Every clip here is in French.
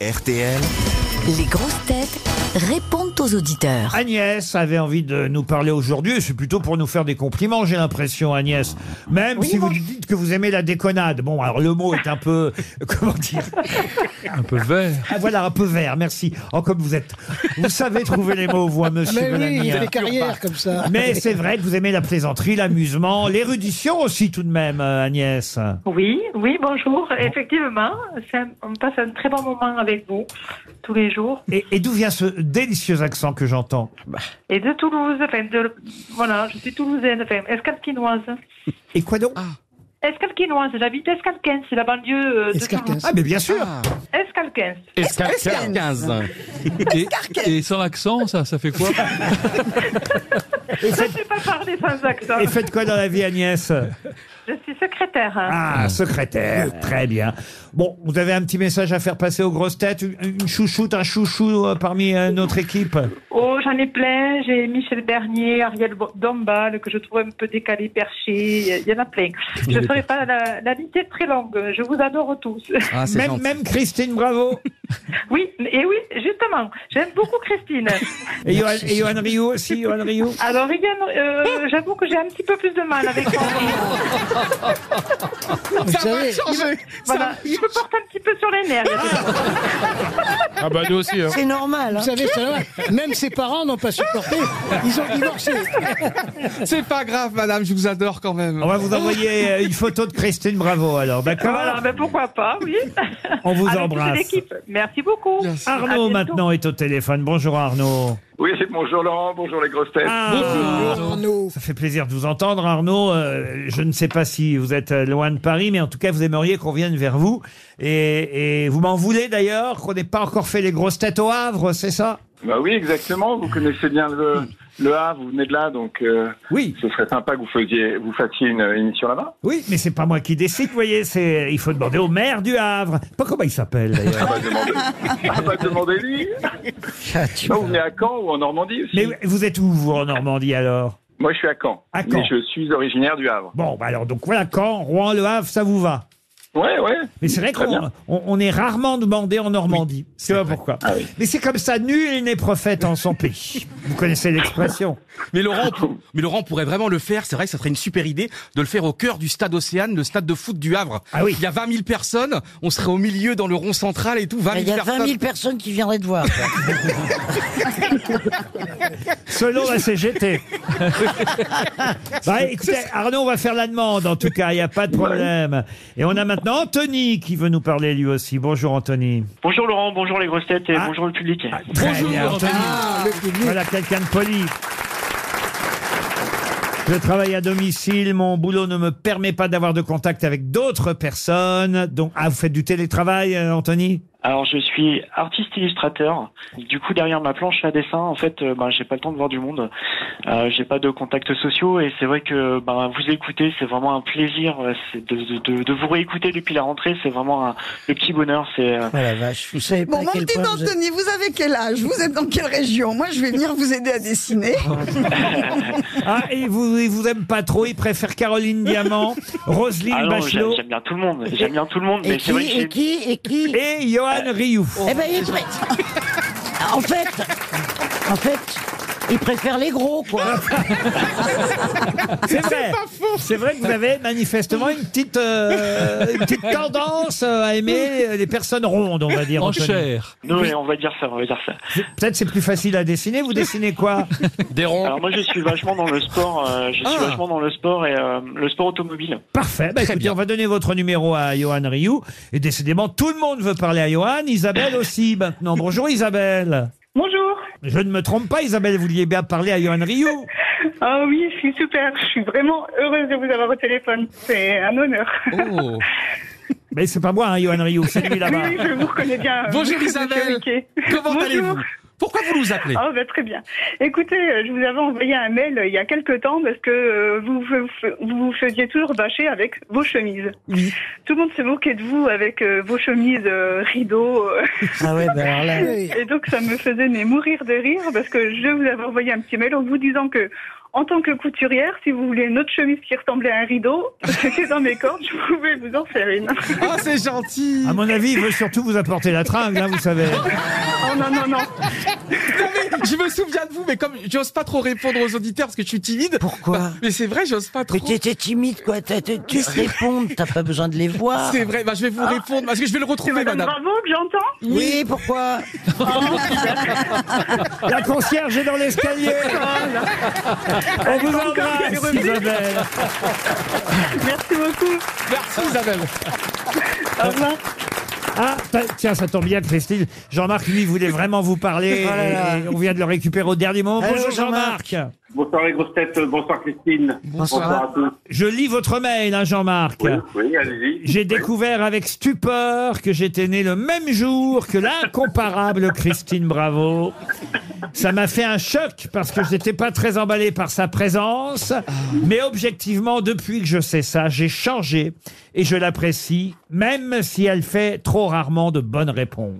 RTL. Les grosses têtes répondent aux auditeurs. Agnès avait envie de nous parler aujourd'hui. C'est plutôt pour nous faire des compliments, j'ai l'impression, Agnès. Même si vous dites que vous aimez la déconnade. Bon, alors le mot est un peu, comment dire, Un peu vert. ah, voilà, un peu vert. Merci. Oh, comme vous êtes, vous savez trouver les mots, vous, hein, Monsieur Ah, Mais oui, Mélanie, il hein. fait des carrières comme ça. Mais c'est vrai que vous aimez la plaisanterie, l'amusement, l'érudition aussi tout de même, euh, Agnès. Oui, oui, bonjour. Effectivement, c'est un- on passe un très bon moment avec vous tous les jours. Et, et d'où vient ce délicieux accent que j'entends Et de Toulouse, enfin, de, voilà, je suis toulousaine, enfin, escalquinoise. Et quoi donc Ah, Escalquinoise, j'habite Escalquin, c'est la banlieue euh, de Toulouse. Ah, mais bien sûr Escalquin. Escarquin. 15. Et, et sans l'accent, ça, ça fait quoi Je ne sais pas parler sans accent. Et faites quoi dans la vie, Agnès Je suis secrétaire. hein. Ah, secrétaire, très bien. Bon, vous avez un petit message à faire passer aux grosses têtes, une, une chouchoute, un chouchou euh, parmi euh, notre équipe. Oh, j'en ai plein. J'ai Michel Bernier, Ariel Bo- Dombal, que je trouve un peu décalé, perché. Il y en a plein. Je ne ferai pas la, la liste est très longue. Je vous adore tous. Ah, c'est Même, gentil. même Christine Bravo Oui, et oui, justement, j'aime beaucoup Christine. et Johan, et Johan Rioux aussi, Johan Rioux. Alors, Yann, euh, j'avoue que j'ai un petit peu plus de mal avec son rire. Vous savez, Voilà, il me porte un petit peu sur les nerfs. Ah bah nous aussi. Hein. C'est normal. vous hein. savez, ça va. même ses parents n'ont pas supporté. Ils ont divorcé. C'est pas grave, madame, je vous adore quand même. On va vous envoyer euh, une photo de Christine Bravo alors, d'accord Voilà, ben pourquoi pas, oui. Ah. On vous Avec toute embrasse. l'équipe. Merci beaucoup. Bien sûr. À Arnaud bientôt. maintenant est au téléphone. Bonjour Arnaud. Oui, bonjour Laurent, bonjour les grosses têtes. Euh, Ah, Arnaud. Ça fait plaisir de vous entendre, Arnaud. Euh, je ne sais pas si vous êtes euh, loin de Paris, mais en tout cas, vous aimeriez qu'on vienne vers vous. Et, et vous m'en voulez d'ailleurs qu'on n'ait pas encore fait les grosses têtes au Havre, c'est ça Bah oui, exactement, vous connaissez bien le, le Havre, vous venez de là, donc euh, Oui. ce serait sympa que vous faisiez, vous fassiez une émission là-bas. Oui, mais c'est pas moi qui décide, vous voyez. C'est il faut demander au maire du Havre. Pas comment il s'appelle Ah d'ailleurs. bah demandez, ah bah demandez-lui. Non, vous venez à Caen ou en Normandie aussi Ah, mais vous êtes où vous en Normandie alors Moi je suis à Caen, À Caen. mais je suis originaire du Havre. Bon, bah alors donc voilà, Caen, Rouen, Le Havre, ça vous va Ouais, ouais. Mais c'est vrai Très qu'on bien. on- on est rarement demandé en Normandie. c'est pas pourquoi. Ah oui. Mais c'est comme ça, nul n'est prophète en son pays. Vous connaissez l'expression Mais Laurent, pour- mais Laurent pourrait vraiment le faire. C'est vrai que ça serait une super idée de le faire au cœur du stade Océane, le stade de foot du Havre. Ah oui. Il y a 20 000 personnes, on serait au milieu dans le rond central et tout. 20 000 Il y a 20 personnes. 000 personnes qui viendraient te voir. quoi. Selon la CGT. Ouais, écoutez, Arnaud, on va faire la demande, en tout cas, il n'y a pas de problème. Et on a maintenant Anthony qui veut nous parler lui aussi. Bonjour Anthony. Bonjour Laurent, bonjour les grosses têtes et Ah. bonjour le public. Très Bonjour, bien, Anthony. Voilà quelqu'un de poli. Je travaille à domicile, mon boulot ne me permet pas d'avoir de contact avec d'autres personnes. Donc, ah, vous faites du télétravail, euh, Anthony Alors je suis artiste illustrateur. Du coup derrière ma planche à dessin, en fait, euh, ben, j'ai pas le temps de voir du monde. Euh, j'ai pas de contacts sociaux et c'est vrai que ben, vous écouter, c'est vraiment un plaisir. euh, c'est de, de, de- de vous réécouter depuis la rentrée, c'est vraiment un, le petit bonheur. C'est euh, Oh la vache, vous savez pas Bon, à mon quel petit point vous êtes- Anthony, vous avez quel âge Vous êtes dans quelle région Moi, je vais venir vous aider à dessiner. Ah, il vous, il vous aime pas trop, il préfère Caroline Diamant, Roselyne ah non, j'aime Bachelot j'aime bien tout le monde. J'aime bien tout le monde, Et mais c'est qui, vrai que et j'ai- qui, et qui et Johan Rioux. Eh ben, il pré- en fait, en fait, il préfère les gros, quoi. C'est vrai. C'est vrai que vous avez manifestement une petite, euh, une petite tendance euh, à aimer euh, les personnes rondes, on va dire. En Anthony. chair. Non, mais on va dire ça, on va dire ça. Peut-être c'est plus facile à dessiner. Vous dessinez quoi Des ronds. Alors moi je suis vachement dans le sport, euh, je suis Ah. vachement dans le sport et euh, le sport automobile. Parfait. Bah, Très écoutez, bien. on va donner votre numéro à Johan Rioux. Et décidément, tout le monde veut parler à Johan. Isabelle aussi maintenant. Bonjour Isabelle. Bonjour. Je ne me trompe pas, Isabelle, vous vouliez bien parler à Johan Rioux. Ah oui, je suis super. Je suis vraiment heureuse de vous avoir au téléphone. C'est un honneur. Oh. Mais c'est pas moi, hein, Johan Rioux, c'est lui Oui, là-bas. oui, je vous reconnais bien. euh, Bonjour monsieur Isabelle. Riquet. Comment Bonjour. allez-vous Pourquoi vous nous appelez Ah, bah, très bien. Écoutez, euh, je vous avais envoyé un mail euh, il y a quelques temps parce que euh, vous vous- vous vous faisiez toujours bâcher avec vos chemises. Tout le monde se moquait de vous avec euh, vos chemises euh, rideaux. euh, Ah ouais, ben alors là. Et donc ça me faisait mais mourir de rire parce que je vous avais envoyé un petit mail en vous disant que En tant que couturière, si vous voulez une autre chemise qui ressemblait à un rideau, c'était dans mes cordes, je pouvais vous en faire une. Ah, c'est gentil À mon avis, il veut surtout vous apporter la tringle, hein, vous savez. Oh non, non, non. je me souviens de vous, mais comme j'ose pas trop répondre aux auditeurs parce que je suis timide. Pourquoi Mais c'est vrai, j'ose pas trop. Mais t'étais timide, quoi. t'as- t'as- Tu réponds, t'as pas besoin de les voir. Ah. C'est vrai, bah, je vais vous répondre parce que je vais le retrouver, madame. que j'entends Oui, pourquoi La concierge est dans l'escalier On vous Encore embrasse, qu'elle revienne. Isabelle Merci beaucoup Merci, Isabelle Au revoir Ah, bah, tiens, ça tombe bien, Christine. Jean-Marc, lui, voulait vraiment vous parler. Oh là là. et on vient de le récupérer au dernier moment. Allô, Bonjour, Jean-Marc. Bonsoir les grosses têtes, bonsoir Christine. à tous. Je lis votre mail, hein, Jean-Marc. Oui, oui, allez-y. J'ai découvert avec stupeur que j'étais né le même jour que l'incomparable Christine Bravo. Ça m'a fait un choc parce que je n'étais pas très emballé par sa présence. Mais objectivement, depuis que je sais ça, j'ai changé et je l'apprécie, même si elle fait trop rarement de bonnes réponses.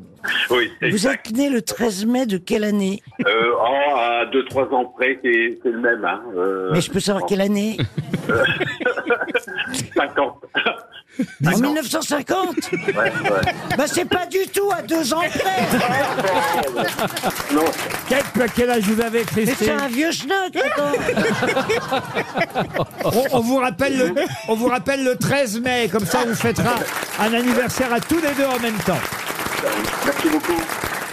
Oui, c'est Vous exact. êtes né le 13 mai de quelle année Euh, oh, à 2-3 ans près, c'est c'est le même. Hein. Euh, Mais je peux savoir quelle année 50. En 1950 Ouais, ouais. Bah c'est pas du tout à deux ans près Non, Quel, quel âge vous avez, Mais c'est Christine un vieux schnock, attends On, on vous rappelle le, on vous rappelle le 13 mai, comme ça on vous fêtera un anniversaire à tous les deux en même temps. merci beaucoup.